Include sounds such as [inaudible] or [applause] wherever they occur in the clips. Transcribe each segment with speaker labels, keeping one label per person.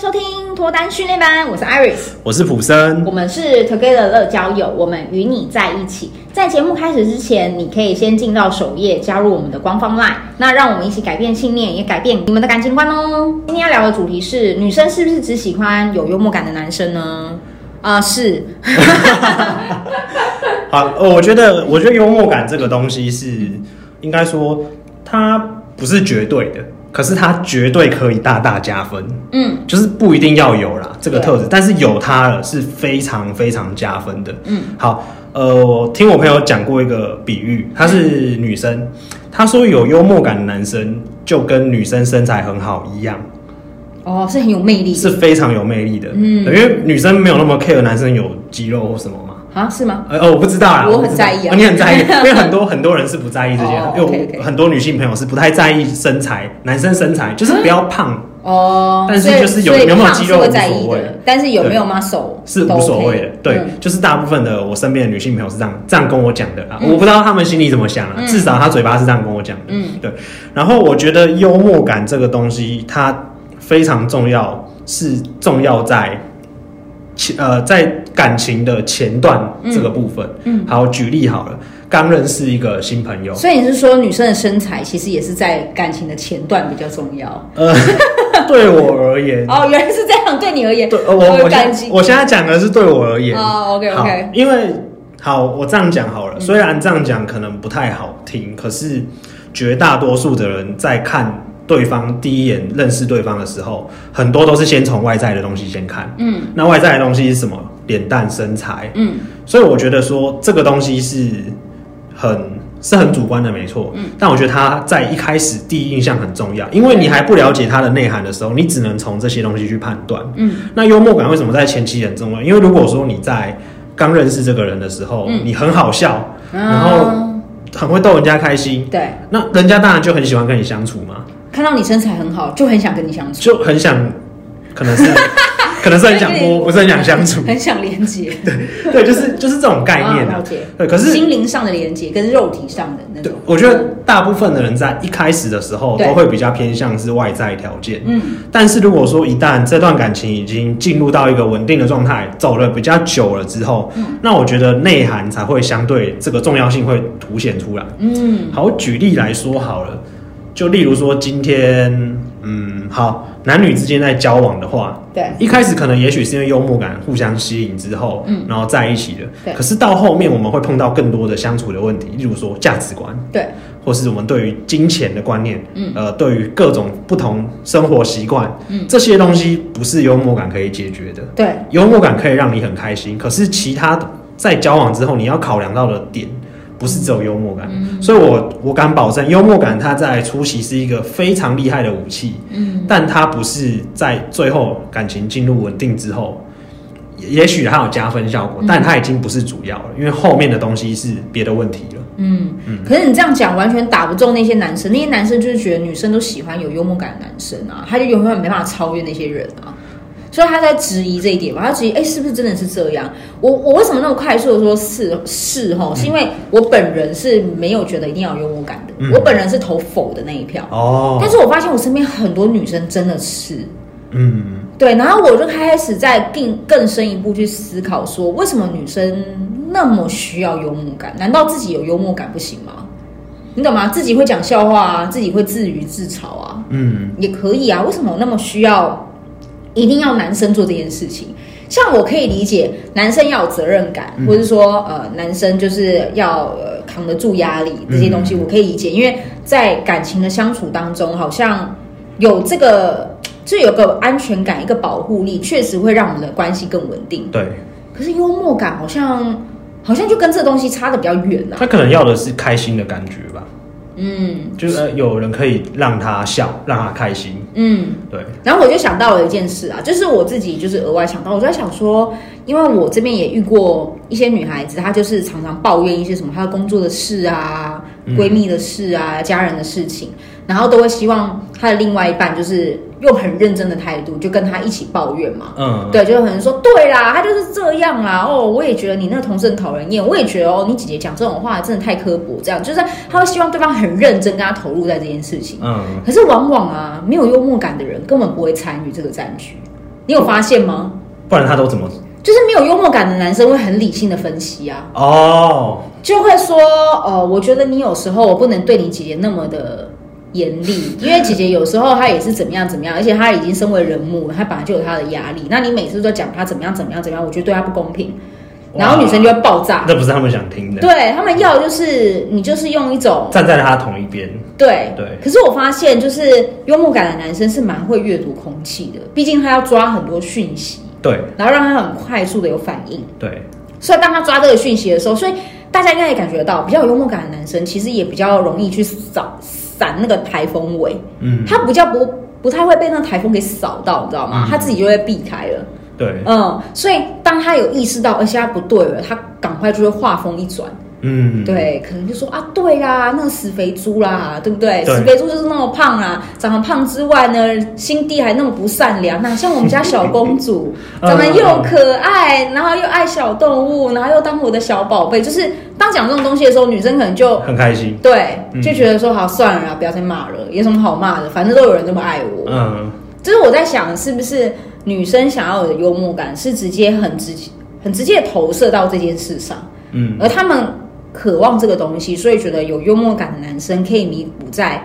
Speaker 1: 收听脱单训练班，我是 Iris。
Speaker 2: 我是普森
Speaker 1: 我，们是 Together 乐交友，我们与你在一起。在节目开始之前，你可以先进到首页加入我们的官方 LINE，那让我们一起改变信念，也改变你们的感情观哦。今天要聊的主题是：女生是不是只喜欢有幽默感的男生呢？啊、是，
Speaker 2: 好，呃我觉得，我觉得幽默感这个东西是，应该说它不是绝对的，可是它绝对可以大大加分，
Speaker 1: 嗯
Speaker 2: 就是不一定要有啦这个
Speaker 1: 对
Speaker 2: 特质，但是有它了是非常非常加分的。嗯，好，呃，我听我朋友讲过一个比喻，她是女生，她说有幽默感的男生就跟女生身材很好一样，
Speaker 1: 哦，是很有魅力的
Speaker 2: 是非常有魅力的。
Speaker 1: 嗯
Speaker 2: 嗯，因为女生没有那么 care 男生有肌肉或什么嘛。
Speaker 1: 啊？是吗？
Speaker 2: 呃哦，我不知道啦，
Speaker 1: 我很
Speaker 2: 不知道
Speaker 1: 在意啊
Speaker 2: 哦你很
Speaker 1: [laughs]
Speaker 2: 在意，因为很多很多人是不在意这些
Speaker 1: 哦，
Speaker 2: 因为
Speaker 1: OK，OK
Speaker 2: 我很多女性朋友是不太在意身材，男生身材就是不要胖
Speaker 1: 哦，
Speaker 2: 但是
Speaker 1: 所以
Speaker 2: 就是有
Speaker 1: 所以
Speaker 2: 有没有
Speaker 1: 胖
Speaker 2: 肌
Speaker 1: 是
Speaker 2: 肉
Speaker 1: 会
Speaker 2: 无
Speaker 1: 在
Speaker 2: 所
Speaker 1: 意
Speaker 2: 谓
Speaker 1: 的，但是有没有 muscle
Speaker 2: 是
Speaker 1: 都
Speaker 2: 无所谓
Speaker 1: OK
Speaker 2: 的，对
Speaker 1: 嗯，
Speaker 2: 就是大部分的我身边的女性朋友是这样这样跟我讲的啊，我不知道她们心里怎么想啊
Speaker 1: 嗯，
Speaker 2: 至少她嘴巴是这样跟我讲的，
Speaker 1: 嗯
Speaker 2: 对。然后我觉得幽默感这个东西它非常重要，是重要在前呃在感情的前段这个部分。
Speaker 1: 嗯
Speaker 2: 好，举例好了，刚认识一个新朋友，
Speaker 1: 所以你是说女生的身材其实也是在感情的前段比较重要？
Speaker 2: 呃， [laughs] 对我而言，
Speaker 1: 哦，原来是这样，对你而言，
Speaker 2: 对，呃我
Speaker 1: 有
Speaker 2: 我
Speaker 1: 感
Speaker 2: 现
Speaker 1: 情
Speaker 2: 我现在讲的是对我而言。
Speaker 1: 哦，OK
Speaker 2: 好
Speaker 1: OK，嗯
Speaker 2: 因为好，我这样讲好了，虽然这样讲可能不太好听，可是绝大多数的人在看对方第一眼认识对方的时候，很多都是先从外在的东西先看。
Speaker 1: 嗯
Speaker 2: 那外在的东西是什么？脸蛋、身材。
Speaker 1: 嗯
Speaker 2: 所以我觉得说这个东西是很是很主观的，没错。嗯，但我觉得它在一开始第一印象很重要，因为你还不了解它的内涵的时候，你只能从这些东西去判断。
Speaker 1: 嗯
Speaker 2: 那幽默感为什么在前期很重要？因为如果说你在刚认识这个人的时候，
Speaker 1: 嗯
Speaker 2: 你很好笑，然后
Speaker 1: 啊
Speaker 2: 很会逗人家开心，
Speaker 1: 对，
Speaker 2: 那人家当然就很喜欢跟你相处嘛，
Speaker 1: 看到你身材很好，就很想跟你相处，。
Speaker 2: 就很想，可能是可能是很想摸，不是很想相处
Speaker 1: [laughs] 很想连接
Speaker 2: [laughs] 对，就是就是这种概念
Speaker 1: 啊
Speaker 2: 啊
Speaker 1: 了。解。
Speaker 2: 对，可是
Speaker 1: 心灵上的连接跟肉体上的那
Speaker 2: 对
Speaker 1: 种，，
Speaker 2: 我觉得大部分的人在一开始的时候
Speaker 1: 对
Speaker 2: 都会比较偏向是外在条件，
Speaker 1: 嗯
Speaker 2: 但是如果说一旦这段感情已经进入到一个稳定的状态，走了比较久了之后，
Speaker 1: 嗯
Speaker 2: 那我觉得内涵才会相对这个重要性会凸显出来。
Speaker 1: 嗯
Speaker 2: 好，举例来说好了，就例如说今天，嗯，好，男女之间在交往的话，
Speaker 1: 对，
Speaker 2: 一开始可能也许是因为幽默感互相吸引之后，
Speaker 1: 嗯
Speaker 2: 然后在一起
Speaker 1: 对
Speaker 2: 的。可是到后面我们会碰到更多的相处的问题，例如说价值观，
Speaker 1: 对
Speaker 2: 或是我们对于金钱的观念，
Speaker 1: 嗯
Speaker 2: 呃，对于各种不同生活习惯，
Speaker 1: 嗯
Speaker 2: 这些东西不是幽默感可以解决的。
Speaker 1: 对
Speaker 2: 幽默感可以让你很开心，可是其他的在交往之后你要考量到的点，不是只有幽默感。
Speaker 1: 嗯
Speaker 2: 所以我我敢保证，幽默感它在初期是一个非常厉害的武器，
Speaker 1: 嗯
Speaker 2: 但它不是在最后感情进入稳定之后。也也许它有加分效
Speaker 1: 嗯
Speaker 2: 果，但它已经不是主要了，因为后面的东西是别的问题了。
Speaker 1: 嗯。可是你这样讲完全打不中那些男生，那些男生就是觉得女生都喜欢有幽默感的男生啊，他就永远没办法超越那些人啊。所以他在质疑这一点嘛，他质疑哎、诶是不是真的是这样？我我为什么那么快速的说是是
Speaker 2: 嗯
Speaker 1: 吼？是因为我本人是没有觉得一定要有幽默感的，
Speaker 2: 嗯
Speaker 1: 我本人是投否的那一票。
Speaker 2: 哦
Speaker 1: 但是我发现我身边很多女生真的是，
Speaker 2: 嗯，
Speaker 1: 对，然后我就开始在更更深一步去思考说，为什么女生那么需要幽默感？难道自己有幽默感不行吗？你懂吗？自己会讲笑话啊，自己会自娱自嘲啊，
Speaker 2: 嗯，
Speaker 1: 也可以啊。为什么我那么需要一定要男生做这件事情？像我可以理解男生要有责任感，或者说呃，男生就是要呃扛得住压力这些东西，
Speaker 2: 嗯
Speaker 1: 我可以理解，因为在感情的相处当中，好像有这个就有个安全感，一个保护力，确实会让我们的关系更稳定。
Speaker 2: 对，
Speaker 1: 可是幽默感好像好像就跟这东西差的比较远啊。
Speaker 2: 他可能要的是开心的感觉吧，
Speaker 1: 嗯
Speaker 2: 就是呃有人可以让他笑，让他开心，
Speaker 1: 嗯。
Speaker 2: 对，
Speaker 1: 然后我就想到了一件事啊，就是我自己就是额外想到，我就在想说，因为我这边也遇过一些女孩子，她就是常常抱怨一些什么她的工作的事啊、
Speaker 2: 嗯
Speaker 1: 闺蜜的事啊、家人的事情，然后都会希望她的另外一半就是用很认真的态度，就跟她一起抱怨嘛。
Speaker 2: 嗯，
Speaker 1: 对，就可能说对啦，他就是这样啦。哦，我也觉得你那个同事很讨人厌，我也觉得哦，你姐姐讲这种话真的太刻薄，这样就是他会希望对方很认真跟他投入在这件事情。
Speaker 2: 嗯，
Speaker 1: 可是往往啊，没有幽默感的人根本不会参与这个战局。你有发现吗？
Speaker 2: 不然他都怎么？
Speaker 1: 就是没有幽默感的男生会很理性的分析啊，
Speaker 2: 哦，
Speaker 1: 就会说，哦，我觉得你有时候我不能对你姐姐那么的严厉，因为姐姐有时候她也是怎么样怎么样，而且她已经身为人母了，她本来就有她的压力。那你每次都讲她怎么样怎么样怎么样，我觉得对她不公平，然后
Speaker 2: 哇
Speaker 1: 女生就会爆炸。
Speaker 2: 那不是他们想听的。
Speaker 1: 对他们要的就是你就是用一种
Speaker 2: 站在他同一边，
Speaker 1: 对
Speaker 2: 对
Speaker 1: 可是我发现就是幽默感的男生是蛮会阅读空气的，毕竟他要抓很多讯息，
Speaker 2: 对
Speaker 1: 然后让他很快速的有反应。
Speaker 2: 对，
Speaker 1: 所以当他抓这个讯息的时候，所以大家应该也感觉到，比较有幽默感的男生其实也比较容易去扫散那个台风尾，
Speaker 2: 嗯，
Speaker 1: 他比较不不太会被那台风给扫到，你知道吗？
Speaker 2: 嗯
Speaker 1: 他自己就会避开了。
Speaker 2: 对，
Speaker 1: 嗯，所以当他有意识到，而且他不对了，他赶快就会话锋一转，
Speaker 2: 嗯，，
Speaker 1: 对，可能就说啊，对啦，那个死肥猪啦，对不对？
Speaker 2: 对，
Speaker 1: 死肥猪就是那么胖啦，长得胖之外呢，心地还那么不善良，哪像我们家小公主
Speaker 2: [laughs] 嗯
Speaker 1: 长得又可爱，然后又爱小动物，然后又当我的小宝贝。就是当讲这种东西的时候，女生可能就
Speaker 2: 很开心，
Speaker 1: 对
Speaker 2: 嗯
Speaker 1: 就觉得说，好算了啦，不要再骂了，有什么好骂的？反正都有人这么爱我。
Speaker 2: 嗯，
Speaker 1: 就是我在想，是不是女生想要有的幽默感是直接很直接、很直接地投射到这件事上？
Speaker 2: 嗯，
Speaker 1: 而他们渴望这个东西，所以觉得有幽默感的男生可以弥补在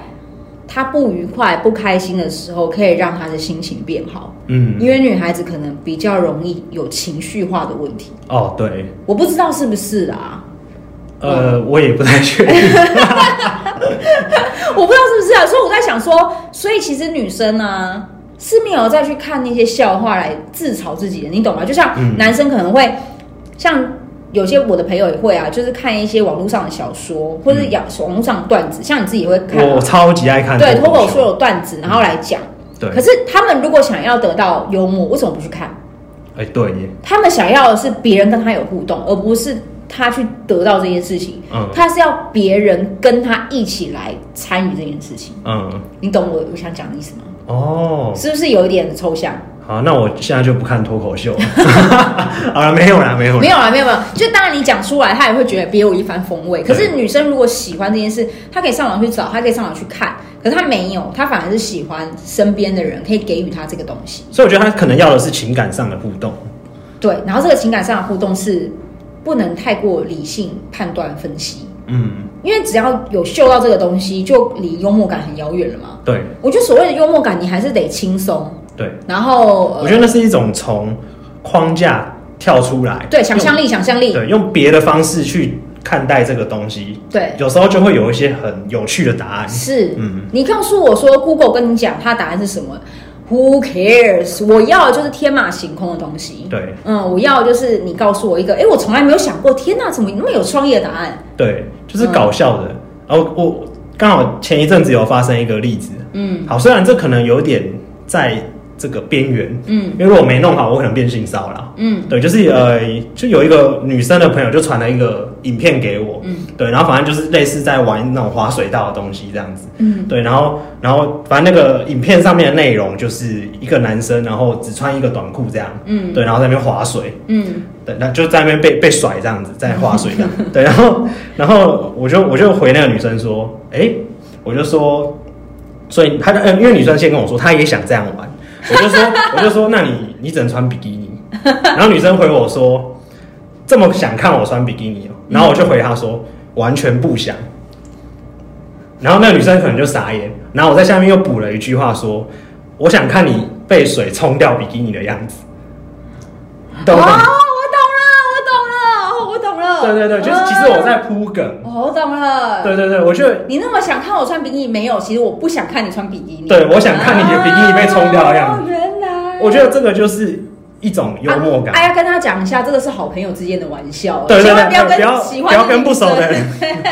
Speaker 1: 他不愉快、不开心的时候，可以让他的心情变好。
Speaker 2: 嗯，
Speaker 1: 因为女孩子可能比较容易有情绪化的问题，
Speaker 2: 哦，对，
Speaker 1: 我不知道是不是
Speaker 2: [laughs]
Speaker 1: 啊，
Speaker 2: 呃，我也不太
Speaker 1: [laughs]
Speaker 2: 确定，
Speaker 1: 我不知道是不是啊，所以我在想说，所以其实女生呢、是没有再去看那些笑话来自嘲自己的，你懂吗？就像
Speaker 2: 嗯
Speaker 1: 男生可能会，像有些我的朋友也会啊，就是看一些网络上的小说，或者
Speaker 2: 嗯
Speaker 1: 网网络上的段子，像你自己也会看啊、
Speaker 2: 我超级爱看
Speaker 1: 对脱口秀
Speaker 2: 秀，
Speaker 1: 有段子，然后来讲。
Speaker 2: 对
Speaker 1: 可，是他们如果想要得到幽默，为什么不去看？
Speaker 2: 哎，对耶，
Speaker 1: 他们想要的是别人跟他有互动，而不是他去得到这件事情。
Speaker 2: 嗯
Speaker 1: 他是要别人跟他一起来参与这件事情。
Speaker 2: 嗯，
Speaker 1: 你懂我我想讲的意思吗？
Speaker 2: 哦，
Speaker 1: 是不是有一点抽象？
Speaker 2: 好，那我现在就不看脱
Speaker 1: [laughs]
Speaker 2: 口秀了，好了，没有啦，没有
Speaker 1: 没
Speaker 2: 啦，
Speaker 1: 有啊啦，没有没有。就当然你讲出来，他也会觉得别有一番风味。可是
Speaker 2: 对
Speaker 1: 女生如果喜欢这件事，她可以上网去找，她可以上网去看。可是她没有，她反而是喜欢身边的人可以给予她这个东西。
Speaker 2: 所以我觉得他可能要的是情感上的互动，
Speaker 1: 对，然后这个情感上的互动是不能太过理性判断分析，
Speaker 2: 嗯，
Speaker 1: 因为只要有嗅到这个东西，就离幽默感很遥远了嘛。
Speaker 2: 对
Speaker 1: 我觉得所谓的幽默感，你还是得轻松，
Speaker 2: 对，
Speaker 1: 然后、呃、
Speaker 2: 我觉得那是一种从框架跳出来，
Speaker 1: 对想象
Speaker 2: 力，
Speaker 1: 力，想象力，
Speaker 2: 对，用别的方式去看待这个东西，
Speaker 1: 对，
Speaker 2: 有时候就会有一些很有趣的答案。
Speaker 1: 是。
Speaker 2: 嗯，
Speaker 1: 你告诉我说，Google 跟你讲它答案是什么？Who cares？我要的就是天马行空的东西。
Speaker 2: 对
Speaker 1: 嗯，我要的就是你告诉我一个，哎，我从来没有想过，天哪，怎么那么有创意的答案？
Speaker 2: 对，就是搞笑的。然后我刚好前一阵子有发生一个例子，
Speaker 1: 嗯
Speaker 2: 好，虽然这可能有点在这个边缘，
Speaker 1: 嗯
Speaker 2: 因为如果没弄好，我可能变性骚扰。
Speaker 1: 嗯
Speaker 2: 对，就是呃，就有一个女生的朋友就传了一个影片给我，
Speaker 1: 嗯
Speaker 2: 对，然后反正就是类似在玩那种滑水道的东西这样子，
Speaker 1: 嗯
Speaker 2: 对，然后然后反正那个影片上面的内容就是一个男生，然后只穿一个短裤这样，
Speaker 1: 嗯
Speaker 2: 对，然后在那边划水，
Speaker 1: 嗯
Speaker 2: 对，那就在那边被被甩这样子，在划水这样。对，然后然后我就我就回那个女生说，哎、我就说，所以她就嗯，因为女生先跟我说她也想这样玩，我就说我就说，那你你只能穿比基尼。然后女生回我说，这么想看我穿比基尼哦、然后我就回她说，完全不想。然后那个女生可能就傻眼，然后我在下面又补了一句话说，我想看你被水冲掉比基尼的样子。懂
Speaker 1: 哦，
Speaker 2: 不懂？
Speaker 1: 我懂了，我懂了，我懂了。
Speaker 2: 对对对，就是其实我在铺梗。
Speaker 1: 哦，我懂了。，
Speaker 2: 对对对，我觉得
Speaker 1: 你那么想看我穿比基尼没有？其实我不想看你穿比基尼。
Speaker 2: 对我想看你的比基尼被冲掉的
Speaker 1: 啊
Speaker 2: 样
Speaker 1: 哦，原来。
Speaker 2: 我觉得这个就是一种幽默
Speaker 1: 啊哎
Speaker 2: 感。
Speaker 1: 呀，跟他讲一下，这个是好朋友之间的玩笑，
Speaker 2: 对对
Speaker 1: 千万
Speaker 2: 对，
Speaker 1: 不
Speaker 2: 不
Speaker 1: 要
Speaker 2: 要
Speaker 1: 跟喜欢
Speaker 2: 不要
Speaker 1: 的
Speaker 2: 跟
Speaker 1: 女
Speaker 2: 不熟的
Speaker 1: 生
Speaker 2: 人，
Speaker 1: [laughs]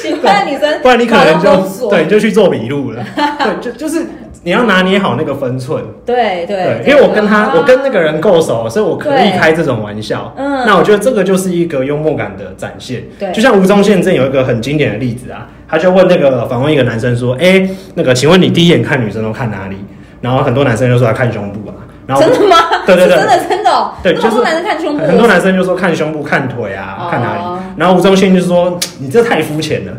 Speaker 1: 喜欢的女生，
Speaker 2: 不然你可能
Speaker 1: 把她封
Speaker 2: 就
Speaker 1: 锁
Speaker 2: 对你就去做笔录了。对，就就是你要拿捏好那个分寸。
Speaker 1: 对
Speaker 2: 对
Speaker 1: 对，，
Speaker 2: 因为我跟他
Speaker 1: 啊
Speaker 2: 我跟那个人够熟，所以我可以
Speaker 1: 对
Speaker 2: 开这种玩笑。
Speaker 1: 嗯
Speaker 2: 那我觉得这个就是一个幽默感的展现。
Speaker 1: 对
Speaker 2: 就像吴宗宪之前有一个很经典的例子啊，他就问那个访问一个男生说：“哎，那个请问你第一眼看女生都看哪里？”然后很多男生就说他看胸部啊，然
Speaker 1: [laughs]
Speaker 2: 后
Speaker 1: 真的吗？
Speaker 2: 对对对
Speaker 1: 是真的真的哦，
Speaker 2: 对
Speaker 1: 那么
Speaker 2: 就
Speaker 1: 多
Speaker 2: 是
Speaker 1: 男生看胸部，
Speaker 2: 很多男生就说看胸部、看腿啊、
Speaker 1: 哦
Speaker 2: 看哪里。然后吴宗宪就说：“你这太肤浅了。”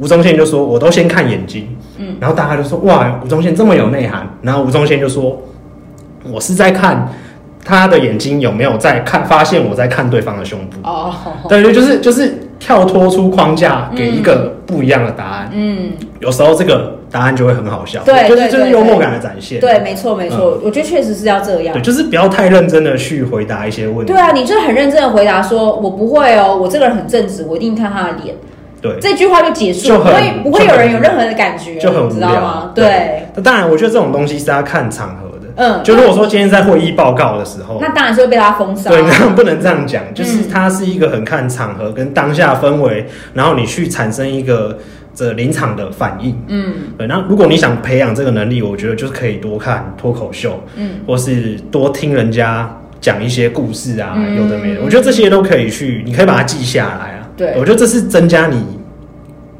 Speaker 2: 吴宗宪就说：“我都先看眼睛。”
Speaker 1: 嗯
Speaker 2: 然后大家就说：“哇，吴宗宪这么有内涵。”然后吴宗宪就说：“我是在看他的眼睛有没有在看，发现我在看对方的胸部。
Speaker 1: 哦，
Speaker 2: 对对，就是就是跳脱出框架，给一个不一样的答案。
Speaker 1: 嗯，
Speaker 2: 有时候这个答案就会很好笑，
Speaker 1: 对
Speaker 2: 就
Speaker 1: 对
Speaker 2: 是就是
Speaker 1: 对
Speaker 2: 幽默感的展现。
Speaker 1: 对，没错没错，
Speaker 2: 嗯
Speaker 1: 我觉得确实是要这样
Speaker 2: 对，。就是不要太认真的去回答一些问题
Speaker 1: 对。啊，你就很认真的回答说，我不会哦，我这个人很正直，我一定看他的脸。
Speaker 2: 对，
Speaker 1: 这句话就结束，
Speaker 2: 就
Speaker 1: 不
Speaker 2: 很
Speaker 1: 会不会有人有任何的感觉，
Speaker 2: 就很
Speaker 1: 你
Speaker 2: 无
Speaker 1: 知道
Speaker 2: 聊
Speaker 1: 吗？对，。
Speaker 2: 那当然，我觉得这种东西是要看场合的。
Speaker 1: 嗯
Speaker 2: 就如果说今天在会议报告的时候，
Speaker 1: 那嗯当然是会被他封杀。
Speaker 2: 对，那不能这样讲，就是它是一个很看场合跟当下氛围，然后你去产生一个这临场的反应。
Speaker 1: 嗯
Speaker 2: 对，那如果你想培养这个能力，我觉得就是可以多看脱口秀，
Speaker 1: 嗯，
Speaker 2: 或是多听人家讲一些故事啊，
Speaker 1: 嗯
Speaker 2: 有的没的，我觉得这些都可以去，你可以把它记下来啊。
Speaker 1: 对
Speaker 2: 我觉得这是增加你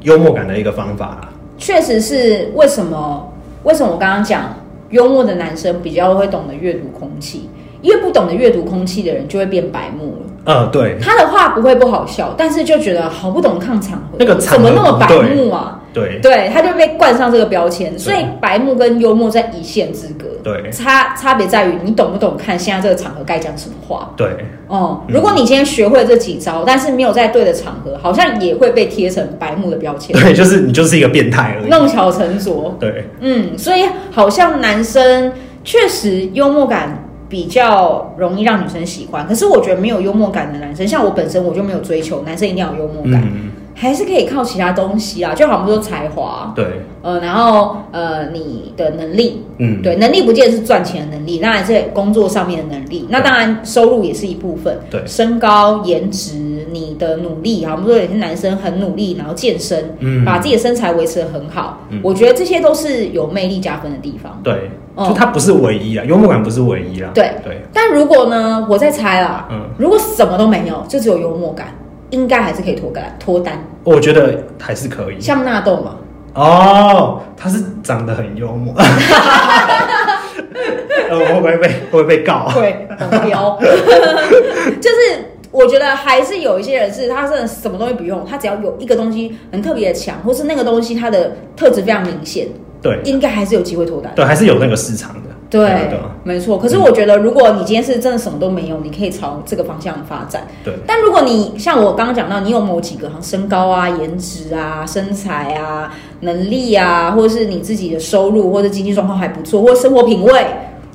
Speaker 2: 幽默感的一个方法啊啦。
Speaker 1: 确实是为什么？为什么我刚刚讲幽默的男生比较会懂得阅读空气？越不懂得阅读空气的人，就会变白目了。
Speaker 2: 呃，对，
Speaker 1: 他的话不会不好笑，但是就觉得好不懂抗场合，
Speaker 2: 那个
Speaker 1: 怎
Speaker 2: 场合
Speaker 1: 么那么白目啊？
Speaker 2: 对，
Speaker 1: 对，他就被冠上这个标签，所以白目跟幽默在一线之隔。
Speaker 2: 对
Speaker 1: 差差别在于你懂不懂看现在这个场合该讲什么话。
Speaker 2: 对，
Speaker 1: 哦、
Speaker 2: 嗯
Speaker 1: 如果你今天学会了这几招，但是没有在对的场合，好像也会被贴成白目的标签，
Speaker 2: [laughs] 对，就是你就是一个变态而已。
Speaker 1: 弄巧成拙。
Speaker 2: 对，
Speaker 1: 嗯，所以好像男生确实幽默感比较容易让女生喜欢，可是我觉得没有幽默感的男生，像我本身我就没有追求男生一定要有幽默感，
Speaker 2: 嗯，
Speaker 1: 还是可以靠其他东西啊，就好像说才华，
Speaker 2: 对，
Speaker 1: 呃，然后呃你的能力，
Speaker 2: 嗯，
Speaker 1: 对，能力不见得是赚钱的能力，当然是工作上面的能力。那当然收入也是一部分，
Speaker 2: 对
Speaker 1: 身高、颜值、你的努力，好，我们说有些男生很努力，然后健身，
Speaker 2: 嗯
Speaker 1: 把自己的身材维持的很好，
Speaker 2: 嗯
Speaker 1: 我觉得这些都是有魅力加分的地方。
Speaker 2: 对，
Speaker 1: 哦
Speaker 2: 就它不是唯一啦，啊幽默感不是唯一啦。
Speaker 1: 对
Speaker 2: 对，
Speaker 1: 但如果呢，我在猜啦，
Speaker 2: 嗯，
Speaker 1: 如果什么都没有，就只有幽默感，应该还是可以脱单，脱单，
Speaker 2: 我觉得还是可以。
Speaker 1: 像纳豆嘛，
Speaker 2: 哦，他是长得很幽默。 [laughs] 呃，我会不会被会不会被告？啊
Speaker 1: 对，很彪，就是我觉得还是有一些人是他真的什么东西不用，他只要有一个东西很特别的强，或是那个东西它的特质非常明显，
Speaker 2: 对
Speaker 1: 应该还是有机会脱单。
Speaker 2: 对，还是有那个市场的。
Speaker 1: 对，
Speaker 2: 对啊
Speaker 1: 没错。可是我觉得，如果你今天是真的什么都没有，你可以朝这个方向发展。
Speaker 2: 对
Speaker 1: 但如果你像我刚刚讲到，你有某几个，好像身高啊、颜值啊、身材啊、能力啊，或者是你自己的收入或者经济状况还不错，或生活品味，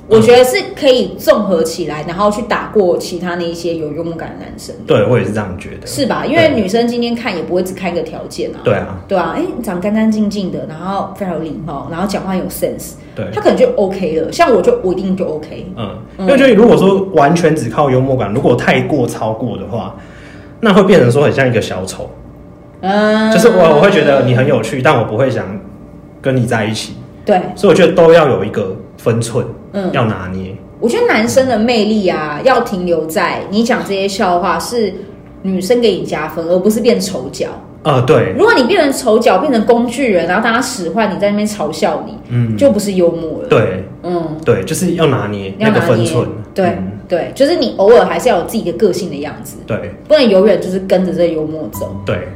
Speaker 1: 我觉得是可以综合起来，然后去打过其他那一些有幽默感的男生，
Speaker 2: 对，我也是这样觉得。
Speaker 1: 是吧？因为
Speaker 2: 对
Speaker 1: 女生今天看也不会只看一个条件啊。
Speaker 2: 对啊，
Speaker 1: 对啊，哎，你长得干干净净的，然后非常有礼貌，然后讲话有 sense，
Speaker 2: 对
Speaker 1: 他，可能就 OK 了。像我就我一定就 OK。
Speaker 2: 嗯，
Speaker 1: 嗯
Speaker 2: 因为我觉得如果说完全只靠幽默感，如果太过超过的话，那会变成说很像一个小丑，
Speaker 1: 嗯，
Speaker 2: 就是我我会觉得你很有趣，但我不会想跟你在一起，
Speaker 1: 对，
Speaker 2: 所以我觉得都要有一个分寸，
Speaker 1: 嗯，
Speaker 2: 要拿捏。
Speaker 1: 我觉得男生的魅力啊，要停留在你讲这些笑话是女生给你加分，而不是变丑角。
Speaker 2: 呃，对，
Speaker 1: 如果你变成丑角，变成工具人，然后大家使唤你，在那边嘲笑你，
Speaker 2: 嗯，
Speaker 1: 就不是幽默了。，
Speaker 2: 对
Speaker 1: 嗯，
Speaker 2: 对，就是要拿捏
Speaker 1: 要
Speaker 2: 那个
Speaker 1: 拿
Speaker 2: 分
Speaker 1: 捏
Speaker 2: 寸。。
Speaker 1: 对、
Speaker 2: 嗯
Speaker 1: 对，就是你偶尔还是要有自己的个性的样子，
Speaker 2: 对
Speaker 1: 不能永远就是跟着这幽默走。
Speaker 2: 对，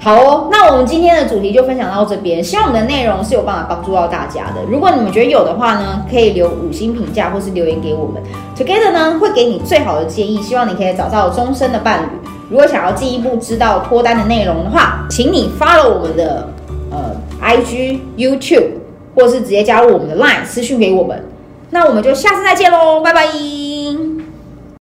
Speaker 1: 好哦，那我们今天的主题就分享到这边，希望我们的内容是有办法帮助到大家的。如果你们觉得有的话呢，可以留五星评价或是留言给我们。Together 呢会给你最好的建议，希望你可以找到终身的伴侣。如果想要进一步知道脱单的内容的话，请你 follow 我们的呃 IG、YouTube，或是直接加入我们的 Line 私讯给我们。那我们就下次再见喽，拜拜。